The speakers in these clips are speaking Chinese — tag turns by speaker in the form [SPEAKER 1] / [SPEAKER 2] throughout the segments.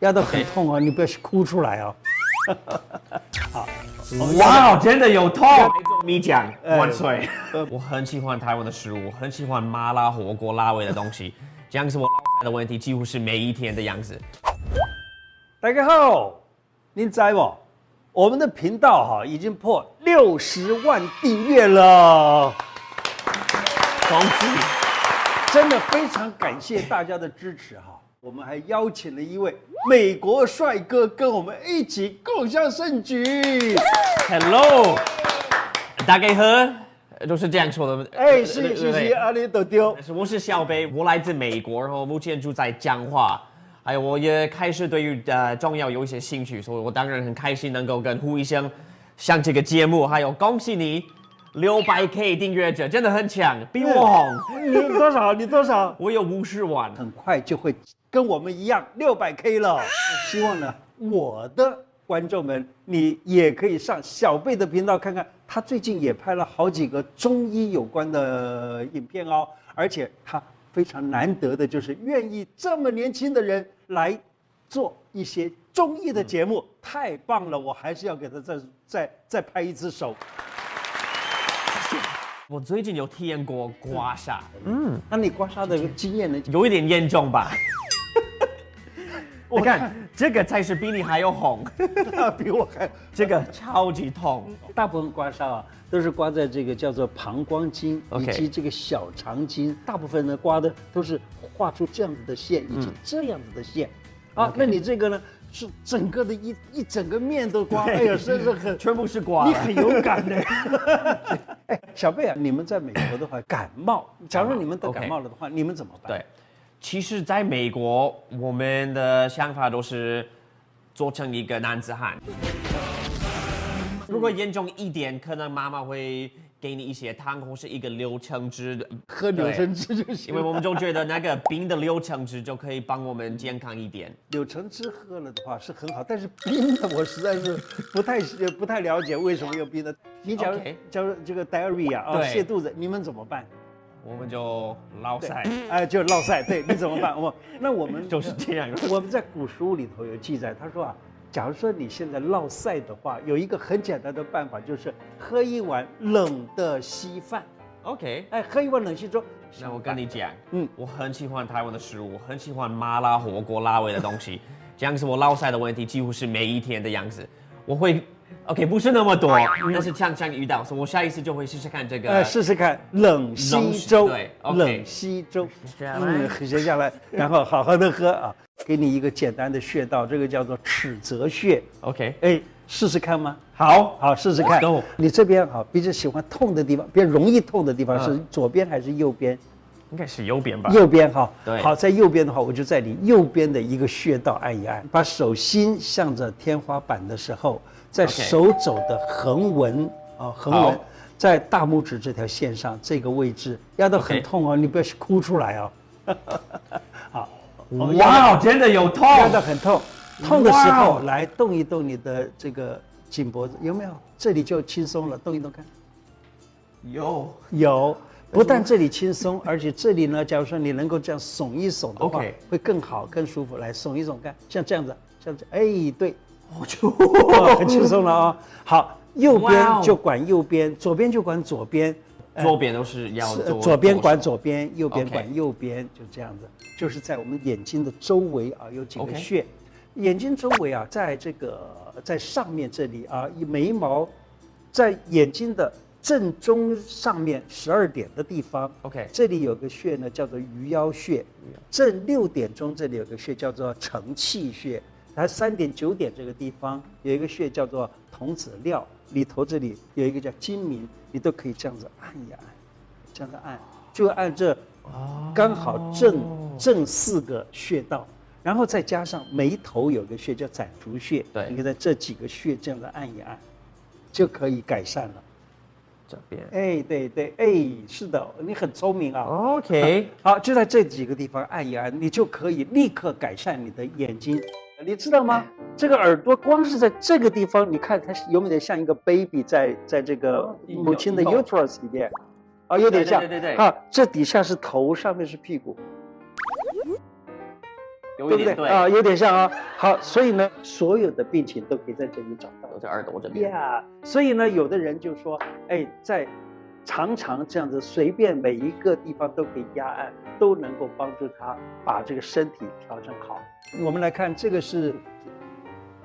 [SPEAKER 1] 压得很痛啊，你不要哭出来啊。
[SPEAKER 2] 哦
[SPEAKER 3] 哇，真的有痛！米酱
[SPEAKER 1] 哎
[SPEAKER 3] 万 岁！
[SPEAKER 2] 我很喜欢台湾的食物，我很喜欢麻辣火锅、辣味的东 西。这样子我老的问题几乎是每一天的样子。
[SPEAKER 1] 大家好，您在不？我们的频道哈、已经破六十万订阅了，
[SPEAKER 2] 恭喜！
[SPEAKER 1] 真的非常感谢大家的支持哈、我们还邀请了一位美国帅哥跟我们一起共襄盛举。
[SPEAKER 2] Hello，大家好，就是这样说的。
[SPEAKER 1] 哎，是是是，
[SPEAKER 2] 对
[SPEAKER 1] 阿里都丢。
[SPEAKER 2] 是我是小贝，我来自美国，然后目前住在彰化。还有，我也开始对于呃中药有一些兴趣，所以我当然很开心能够跟胡医生上这个节目。还有，恭喜你六百 K 订阅者，真的很强，比我红。
[SPEAKER 1] 你多少？你多少？
[SPEAKER 2] 我有五十万，
[SPEAKER 1] 很快就会跟我们一样六百 K 了。希望呢，我的观众们，你也可以上小贝的频道看看，他最近也拍了好几个中医有关的影片哦，而且他非常难得的就是愿意这么年轻的人来做一些综艺的节目，太棒了！我还是要给他再再再拍一只手。
[SPEAKER 2] 我最近有体验过刮痧，
[SPEAKER 1] 那你刮痧的经验呢？
[SPEAKER 2] 有一点严重吧？ 你看，这个才是比你还要红，
[SPEAKER 1] 比我还
[SPEAKER 2] 这个超级痛。
[SPEAKER 1] 大部分刮痧啊，都是刮在这个叫做膀胱经
[SPEAKER 2] OK
[SPEAKER 1] 以及这个小肠经，大部分呢刮的都是画出这样子的线以及这样子的线。啊，那你这个呢，是整个的一一整个面都刮，哎呀，真是 很，
[SPEAKER 2] 全部是刮
[SPEAKER 1] 你
[SPEAKER 2] 了
[SPEAKER 1] 很有感的。 哎，小贝啊，你们在美国的话，感冒，假如你们得
[SPEAKER 2] OK
[SPEAKER 1] 感冒了的话，你们怎么办？
[SPEAKER 2] 对，其实在美国，我们的想法都是做成一个男子汉。如果严重一点，可能妈妈会给你一些汤或是一个柳橙汁，
[SPEAKER 1] 喝柳橙汁就行
[SPEAKER 2] 因为。我们就觉得那个冰的柳橙汁就可以帮我们健康一点。
[SPEAKER 1] 柳橙汁喝了的话是很好，但是冰的我实在是不太不太了解为什么要冰的。你假如
[SPEAKER 2] OK
[SPEAKER 1] 假如这个 diarrhea 啊、
[SPEAKER 2] 对
[SPEAKER 1] 泻肚子，你们怎么办？
[SPEAKER 2] 我们就老
[SPEAKER 1] 对
[SPEAKER 2] 塞，，
[SPEAKER 1] 哎，就落塞，对，你怎么办？我那我们
[SPEAKER 2] 就是这样。
[SPEAKER 1] 我们在古书里头有记载，他说啊，假如说你现在落塞的话，有一个很简单的办法，就是喝一碗冷的稀饭。
[SPEAKER 2] OK，
[SPEAKER 1] 哎，喝一碗冷稀粥。
[SPEAKER 2] 那我跟你讲，
[SPEAKER 1] 嗯
[SPEAKER 2] 嗯，我很喜欢台湾的食物，我很喜欢麻辣火锅、辣味的东西。 这样子我落腮的问题几乎是每一天的样子。我会，OK，不是那么多，
[SPEAKER 1] 嗯
[SPEAKER 2] 但是常常遇到，所以我下一次就会试试看这个。
[SPEAKER 1] 呃，试试看冷稀粥，
[SPEAKER 2] 冷对，OK
[SPEAKER 1] 冷稀粥，
[SPEAKER 2] 接下来
[SPEAKER 1] 嗯，写下来，然后好好的喝啊。给你一个简单的穴道，这个叫做尺泽穴，
[SPEAKER 2] OK，
[SPEAKER 1] 哎，试试看吗？
[SPEAKER 2] 好，
[SPEAKER 1] 好，试试看
[SPEAKER 2] Let's go。
[SPEAKER 1] 你这边好，比较喜欢痛的地方，比较容易痛的地方
[SPEAKER 2] 嗯
[SPEAKER 1] 是左边还是右边？
[SPEAKER 2] 应该是右边吧？
[SPEAKER 1] 右边哈，
[SPEAKER 2] 对
[SPEAKER 1] 好，在右边的话，我就在你右边的一个穴道按一按，把手心向着天花板的时候，在
[SPEAKER 2] OK
[SPEAKER 1] 手肘的横纹啊、横纹
[SPEAKER 2] 好，
[SPEAKER 1] 在大拇指这条线上这个位置压得很
[SPEAKER 2] OK
[SPEAKER 1] 痛哦，你不要哭出来哦。 好，哦压
[SPEAKER 3] 哇，真的有痛！
[SPEAKER 1] 压得很痛，痛的时
[SPEAKER 3] 哇
[SPEAKER 1] 候
[SPEAKER 3] 哦
[SPEAKER 1] 来动一动你的这个颈脖子，有没有？这里就轻松了，动一动看。
[SPEAKER 2] 有。
[SPEAKER 1] 有，不但这里轻 松，而且这里呢，假如说你能够这样耸一耸的话
[SPEAKER 2] OK
[SPEAKER 1] 会更好、更舒服。来，耸一耸，看，像这样子，像这，哎，对，
[SPEAKER 2] 我哦就
[SPEAKER 1] 哇很轻松了啊、好，右
[SPEAKER 2] 哇
[SPEAKER 1] 边
[SPEAKER 2] 哦
[SPEAKER 1] 就管右边，左边就管左边，哎
[SPEAKER 2] 左边都是要
[SPEAKER 1] 是
[SPEAKER 2] 做
[SPEAKER 1] 左边管左边，右边
[SPEAKER 2] OK
[SPEAKER 1] 管右边，就这样子。就是在我们眼睛的周围啊，有几个
[SPEAKER 2] OK
[SPEAKER 1] 穴眼睛周围啊，在这个在上面这里啊，以眉毛在眼睛的正中上面十二点的地方。
[SPEAKER 2] OK
[SPEAKER 1] 这里有个穴呢，叫做鱼腰穴。正六点钟这里有个穴叫做承泣穴，然后三点九点这个地方有一个穴叫做童子髎，里头这里有一个叫睛明，你都可以这样子按一按。这样子按，就按这刚好正正四个穴道，然后再加上眉头有个穴叫攒竹穴，
[SPEAKER 2] 对
[SPEAKER 1] 你可以在这几个穴这样子按一按，就可以改善了。
[SPEAKER 2] 这边。
[SPEAKER 1] 哎，对对，哎，是的，你很聪明啊。
[SPEAKER 2] OK，
[SPEAKER 1] 好，就在这几个地方按一按，你就可以立刻改善你的眼睛。你知道
[SPEAKER 3] 哎
[SPEAKER 1] 吗？这个耳朵光是在这个地方，你看它是有没有点像一个 baby 在在这
[SPEAKER 3] 哦
[SPEAKER 1] 个母亲的
[SPEAKER 2] 有有
[SPEAKER 1] uterus 里面，啊，有点像，
[SPEAKER 2] 对对对对对
[SPEAKER 1] 啊，这底下是头，上面是屁股。
[SPEAKER 3] 有
[SPEAKER 1] 对
[SPEAKER 3] 一
[SPEAKER 1] 不对
[SPEAKER 3] 点？对，
[SPEAKER 1] 啊、有点像啊。好，所以呢，所有的病情都可以在这里找到。
[SPEAKER 2] 我在耳朵这边。
[SPEAKER 1] 呀所以呢，有的人就说，哎，在常常这样子随便每一个地方都可以压按，都能够帮助他把这个身体调整好。我们来看，这个是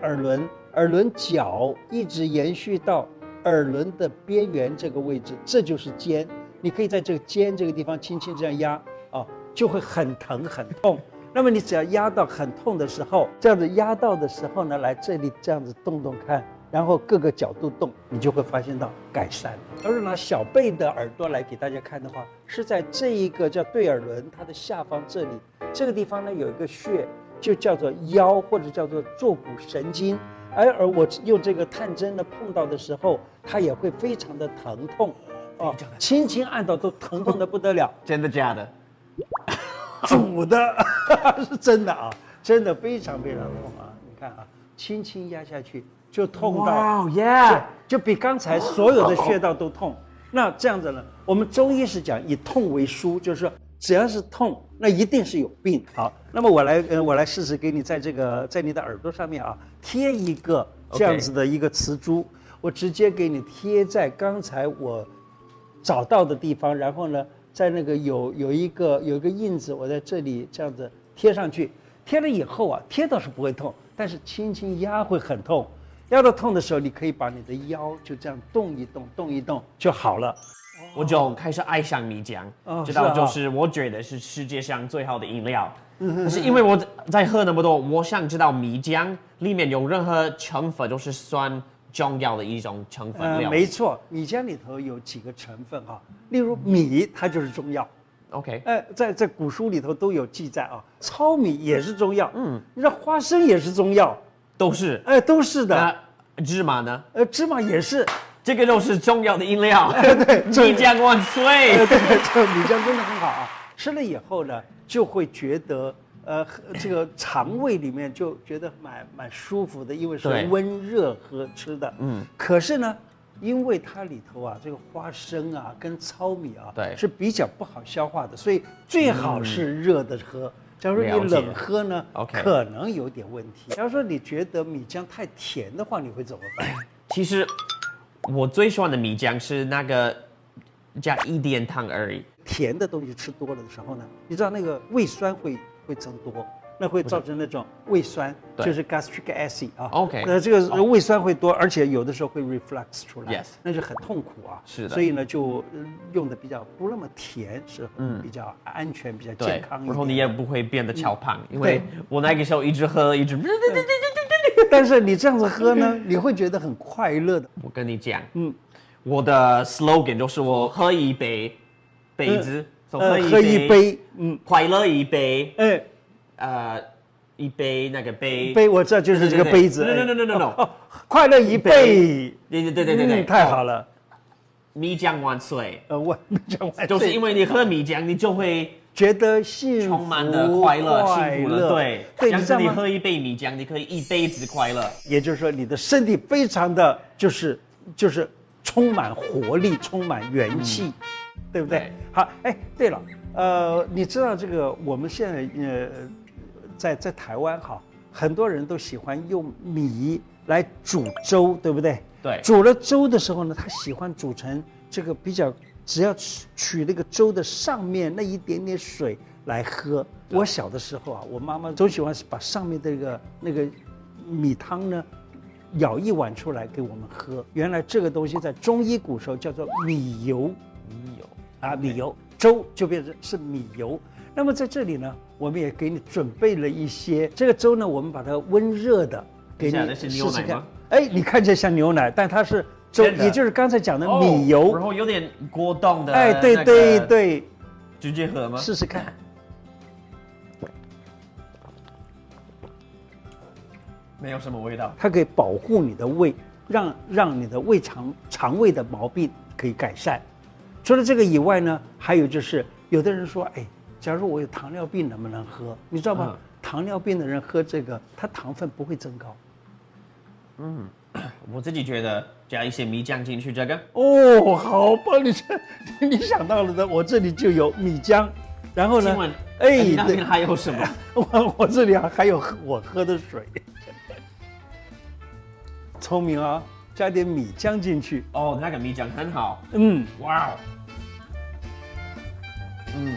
[SPEAKER 1] 耳轮，耳轮角一直延续到耳轮的边缘这个位置，这就是肩。你可以在这个肩这个地方轻轻这样压，哦，就会很疼很痛。那么你只要压到很痛的时候，这样子压到的时候呢，来这里这样子动动看，然后各个角度动，你就会发现到改善。要是拿小贝的耳朵来给大家看的话，是在这一个叫对耳轮它的下方这里，这个地方呢有一个穴，就叫做腰或者叫做坐骨神经。而而我用这个探针呢碰到的时候，它也会非常的疼痛，哦，轻轻按到都疼痛的不得 了。
[SPEAKER 2] 真的假的？
[SPEAKER 1] 煮的， 是真的啊，真的非常非常痛啊！你看啊，轻轻压下去就痛到，
[SPEAKER 2] 哦耶！
[SPEAKER 1] 就比刚才所有的穴道都痛。那这样子呢，我们中医是讲以痛为枢，就是说只要是痛，那一定是有病。好，那么我来，呃，我来试试给你在这个在你的耳朵上面啊贴一个这样子的一个磁珠，我直接给你贴在刚才我找到的地方，然后呢，在那个有有一个有一个印子，我在这里这样子贴上去，贴了以后啊，贴倒是不会痛，但是轻轻压会很痛。压到痛的时候，你可以把你的腰就这样动一动，动一动就好了。
[SPEAKER 2] 我就开始爱上米浆，
[SPEAKER 1] 哦
[SPEAKER 2] 知
[SPEAKER 1] 是
[SPEAKER 2] 道
[SPEAKER 1] 啊嗯
[SPEAKER 2] 就是我觉得是世界上最好的饮料。可是因为我在喝那么多，我想知道米浆里面有任何成分都是酸重要的一种成分
[SPEAKER 1] 呃
[SPEAKER 2] 料。
[SPEAKER 1] 没错，米浆里头有几个成分啊，例如米，它就是中药。
[SPEAKER 2] OK，
[SPEAKER 1] 呃，在在古书里头都有记载啊，糙米也是中药，嗯，你知道花生也是中药，
[SPEAKER 2] 都是。
[SPEAKER 1] 哎、都是的。
[SPEAKER 2] 那芝麻呢？
[SPEAKER 1] 呃，芝麻也是，
[SPEAKER 2] 这个都是重要的饮料。
[SPEAKER 1] 对
[SPEAKER 2] 米浆万岁
[SPEAKER 1] 呃，！对，这个米浆真的很好啊。吃了以后呢，就会觉得，呃，这个肠胃里面就觉得蛮蛮舒服的，因为是
[SPEAKER 2] 对
[SPEAKER 1] 温热和吃的。嗯。可是呢，因为它里头啊，这个花生啊跟糙米啊，
[SPEAKER 2] 对嗯
[SPEAKER 1] 是比较不好消化的，所以最好是热的喝。假如你
[SPEAKER 2] 了解
[SPEAKER 1] 冷喝呢
[SPEAKER 2] OK
[SPEAKER 1] 可能有点问题。假如说你觉得米浆太甜的话，你会怎么办？
[SPEAKER 2] 其实我最喜欢的米浆是那个加一点糖而已。
[SPEAKER 1] 甜的东西吃多了的时候呢，你知道那个胃酸会会增多，那会造成那种胃酸，
[SPEAKER 2] 对
[SPEAKER 1] 就是 gastric acid 啊。
[SPEAKER 2] OK
[SPEAKER 1] 那这个胃酸会多，而且有的时候会 reflux 出来
[SPEAKER 2] Yes
[SPEAKER 1] 那是很痛苦啊。
[SPEAKER 2] 是的
[SPEAKER 1] 所以呢，就呃用的比较不那么甜，是比较安全、比较健
[SPEAKER 2] 嗯对，
[SPEAKER 1] 康一点。
[SPEAKER 2] 然后你也不会变得超胖，因为我那个时候一直喝一直。
[SPEAKER 1] 但是你这样子喝呢， 你会觉得很快乐的。
[SPEAKER 2] 我跟你讲，嗯，我的 slogan 就是我喝一杯，杯子，so
[SPEAKER 1] 呃喝一，杯，嗯，
[SPEAKER 2] 快乐一杯，
[SPEAKER 1] 哎，
[SPEAKER 2] 呃，一杯那个杯，
[SPEAKER 1] 杯，我这就是这个杯子。
[SPEAKER 2] 对对对对对对
[SPEAKER 1] 哎哦快乐一倍。
[SPEAKER 2] 对对对对对对，
[SPEAKER 1] 嗯太好
[SPEAKER 2] 了，
[SPEAKER 1] 了。
[SPEAKER 2] 米浆万岁，
[SPEAKER 1] 呃，我没讲完。
[SPEAKER 2] 就是因为你喝米浆，你就会。
[SPEAKER 1] 觉得幸福、
[SPEAKER 2] 充满了快乐、
[SPEAKER 1] 快
[SPEAKER 2] 幸福了，对。
[SPEAKER 1] 对，
[SPEAKER 2] 像
[SPEAKER 1] 你知
[SPEAKER 2] 是
[SPEAKER 1] 道
[SPEAKER 2] 你
[SPEAKER 1] 吗？
[SPEAKER 2] 喝一杯米浆，你可以一辈子快乐。
[SPEAKER 1] 也就是说，你的身体非常的就是就是充满活力，充满元气，对不对？
[SPEAKER 2] 嗯对
[SPEAKER 1] 好，哎，对了，呃，你知道这个我们现在呃在在台湾哈，很多人都喜欢用米来煮粥，对不对？
[SPEAKER 2] 对
[SPEAKER 1] 煮了粥的时候呢，他喜欢煮成这个比较，只要取取那个粥的上面那一点点水来喝。我小的时候啊，我妈妈总喜欢把上面的那个那个米汤呢，舀一碗出来给我们喝。原来这个东西在中医古时候叫做米油，
[SPEAKER 2] 米油，
[SPEAKER 1] 啊，米油粥就变成是米油。那么在这里呢，我们也给你准备了一些这个粥呢，我们把它温热的给
[SPEAKER 2] 这样的
[SPEAKER 1] 你
[SPEAKER 2] 是
[SPEAKER 1] 试
[SPEAKER 2] 牛奶
[SPEAKER 1] 试看
[SPEAKER 2] 吗。
[SPEAKER 1] 哎，你看这像牛奶，但它是粥，
[SPEAKER 2] 真的
[SPEAKER 1] 也就是刚才讲的米
[SPEAKER 2] 哦然
[SPEAKER 1] 油。
[SPEAKER 2] 后有点果冻的，
[SPEAKER 1] 哎，对对，对，
[SPEAKER 2] 直接喝吗？
[SPEAKER 1] 试试看。
[SPEAKER 2] 没有什么味道。
[SPEAKER 1] 它可以保护你的胃，让让你的胃肠肠胃的毛病可以改善。除了这个以外呢，还有就是有的人说，哎，假如我有糖尿病能不能喝？你知道吗？
[SPEAKER 2] 嗯
[SPEAKER 1] 糖尿病的人喝这个，它糖分不会增高。
[SPEAKER 2] 我自己觉得加一些米浆进去，这个
[SPEAKER 1] 哦，好棒！你这你想到了的，我这里就有米浆，然后呢
[SPEAKER 2] 请问，
[SPEAKER 1] 哎
[SPEAKER 2] 你那
[SPEAKER 1] 对
[SPEAKER 2] 边还有什么？
[SPEAKER 1] 我我这里还有喝我喝的水，聪明啊，加点米浆进去，
[SPEAKER 2] 哦，那个米酱很好，
[SPEAKER 1] 嗯，
[SPEAKER 2] 哇哦，嗯，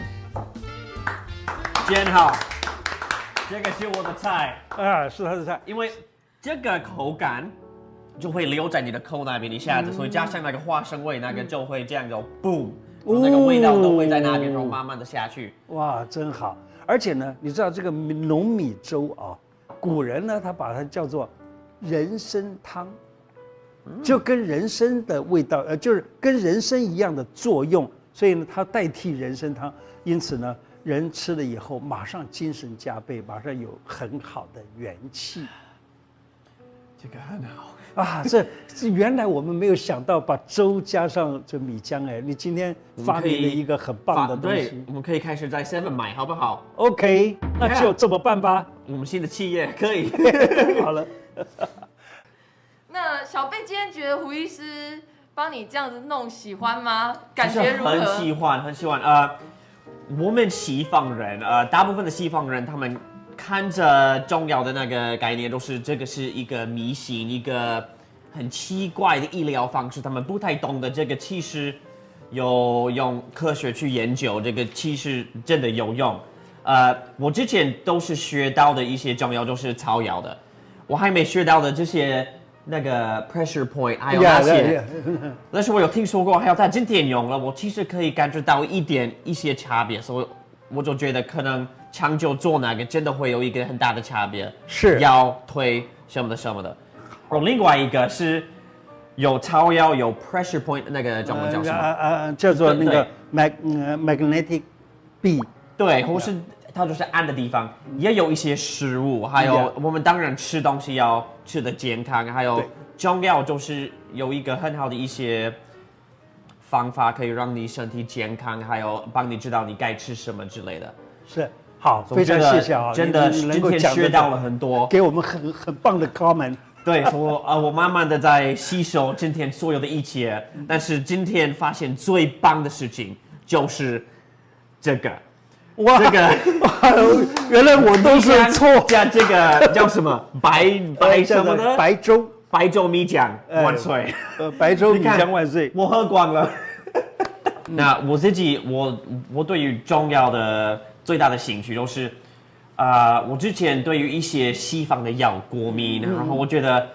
[SPEAKER 2] 煎好，这个是我的菜，
[SPEAKER 1] 啊，是他的菜，
[SPEAKER 2] 因为这个口感就会留在你的口那边，你下次，所以加上那个花生味，那个就会这样就
[SPEAKER 1] 嗯
[SPEAKER 2] boom，然后那个味道都会在那边，然后慢慢的下去。
[SPEAKER 1] 哇，真好。而且呢，你知道这个米浓米粥啊，古人呢他把它叫做人参汤，就跟人参的味道，呃，就是跟人参一样的作用，所以呢，它代替人参汤，因此呢，人吃了以后马上精神加倍，马上有很好的元气。哦
[SPEAKER 2] 这个很好，
[SPEAKER 1] 啊，这这原来我们没有想到把粥加上这米浆哎，你今天发明了一个很棒的东
[SPEAKER 2] 对
[SPEAKER 1] 西，。
[SPEAKER 2] 我们可以开始在 Seven 买，好不好？
[SPEAKER 1] OK，那就这么办吧。
[SPEAKER 2] 我们新的企业可以。
[SPEAKER 1] 好 了，
[SPEAKER 4] 那小贝今天觉得胡医师帮你这样子弄喜欢吗？感
[SPEAKER 2] 就是
[SPEAKER 4] 觉如
[SPEAKER 2] 很
[SPEAKER 4] 何？
[SPEAKER 2] 喜欢，很喜欢。呃，我们西方人，呃，大部分的西方人，他们看着中药的那个概念，都是这个是一个迷信，一个很奇怪的医疗方式，他们不太懂得这个其实有用科学去研究，这个其实真的有用。呃，我之前都是学到的一些中药都是草药的，我还没学到的这些那个 pressure point，还有那些。但是我有听说过，还有在经典用了，我其实可以感觉到一点一些差别，所以我就觉得可能长久做那个真的会有一个很大的差别，
[SPEAKER 1] 是
[SPEAKER 2] 腰推什么的什么的。然后另外一个是有超腰有 pressure point 呃那个中文叫什么？
[SPEAKER 1] 啊啊，叫做那个 mag 呃 magnetic B，
[SPEAKER 2] 对，或是它就是暗的地方，也有一些食物，还
[SPEAKER 1] 嗯 Yeah
[SPEAKER 2] 有我们当然吃东西要吃的健康，还有
[SPEAKER 1] 对
[SPEAKER 2] 中药就是有一个很好的一些方法，可以让你身体健康，还有帮你知道你该吃什么之类的。
[SPEAKER 1] 是好，
[SPEAKER 2] 所以
[SPEAKER 1] 非常
[SPEAKER 2] 这个
[SPEAKER 1] 谢谢啊，
[SPEAKER 2] 真的
[SPEAKER 1] 你你
[SPEAKER 2] 今
[SPEAKER 1] 能够
[SPEAKER 2] 天
[SPEAKER 1] 讲得
[SPEAKER 2] 学到了，很多。
[SPEAKER 1] 给我们很很棒的 comment。
[SPEAKER 2] 对，我啊、我慢慢的在吸收今天所有的一切，
[SPEAKER 1] 嗯
[SPEAKER 2] 但是今天发现最棒的事情就是这个，
[SPEAKER 1] 哇
[SPEAKER 2] 这个。
[SPEAKER 1] 哇 原来我都是错，哎
[SPEAKER 2] 加这个叫什么白白什么呢？白
[SPEAKER 1] 白粥，
[SPEAKER 2] 白粥米浆
[SPEAKER 1] 哎
[SPEAKER 2] 万岁！
[SPEAKER 1] 呃，白粥米
[SPEAKER 2] 你看
[SPEAKER 1] 浆万岁。
[SPEAKER 2] 我喝光了。 那我自己，我我对于中药的最大的兴趣就是，啊、我之前对于一些西方的药过敏，然后我觉得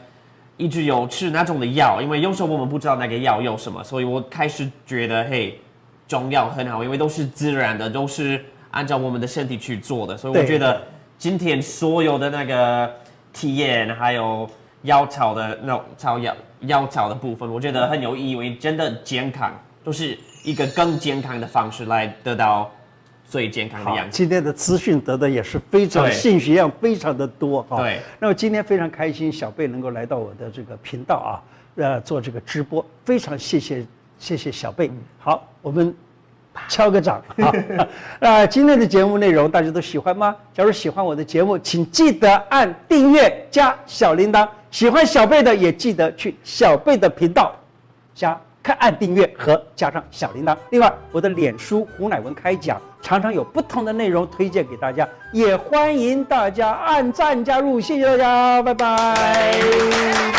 [SPEAKER 2] 一直有吃那种的药，因为有时候我们不知道那个药有什么，所以我开始觉得嘿，中药很好，因为都是自然的，都是按照我们的身体去做的，所以我
[SPEAKER 1] 对
[SPEAKER 2] 觉得今天所有的那个体验，还有药草的那种草药药草的部分，我觉得很有意义，因为真的健康，就是一个更健康的方式来得到最健康的
[SPEAKER 1] 好
[SPEAKER 2] 样，子。
[SPEAKER 1] 今天的资讯得的也是非常
[SPEAKER 2] 对
[SPEAKER 1] 信息量非常的多哈。
[SPEAKER 2] 对，
[SPEAKER 1] 那么今天非常开心，小贝能够来到我的这个频道啊，呃，做这个直播，非常谢谢谢谢小
[SPEAKER 2] 嗯
[SPEAKER 1] 贝。好，我们敲个掌啊！ 那今天的节目内容大家都喜欢吗？假如喜欢我的节目，请记得按订阅加小铃铛。喜欢小贝的也记得去小贝的频道加看按订阅和加上小铃铛。另外，我的脸书胡乃文开讲常常有不同的内容推荐给大家，也欢迎大家按赞加入，谢谢大家，拜拜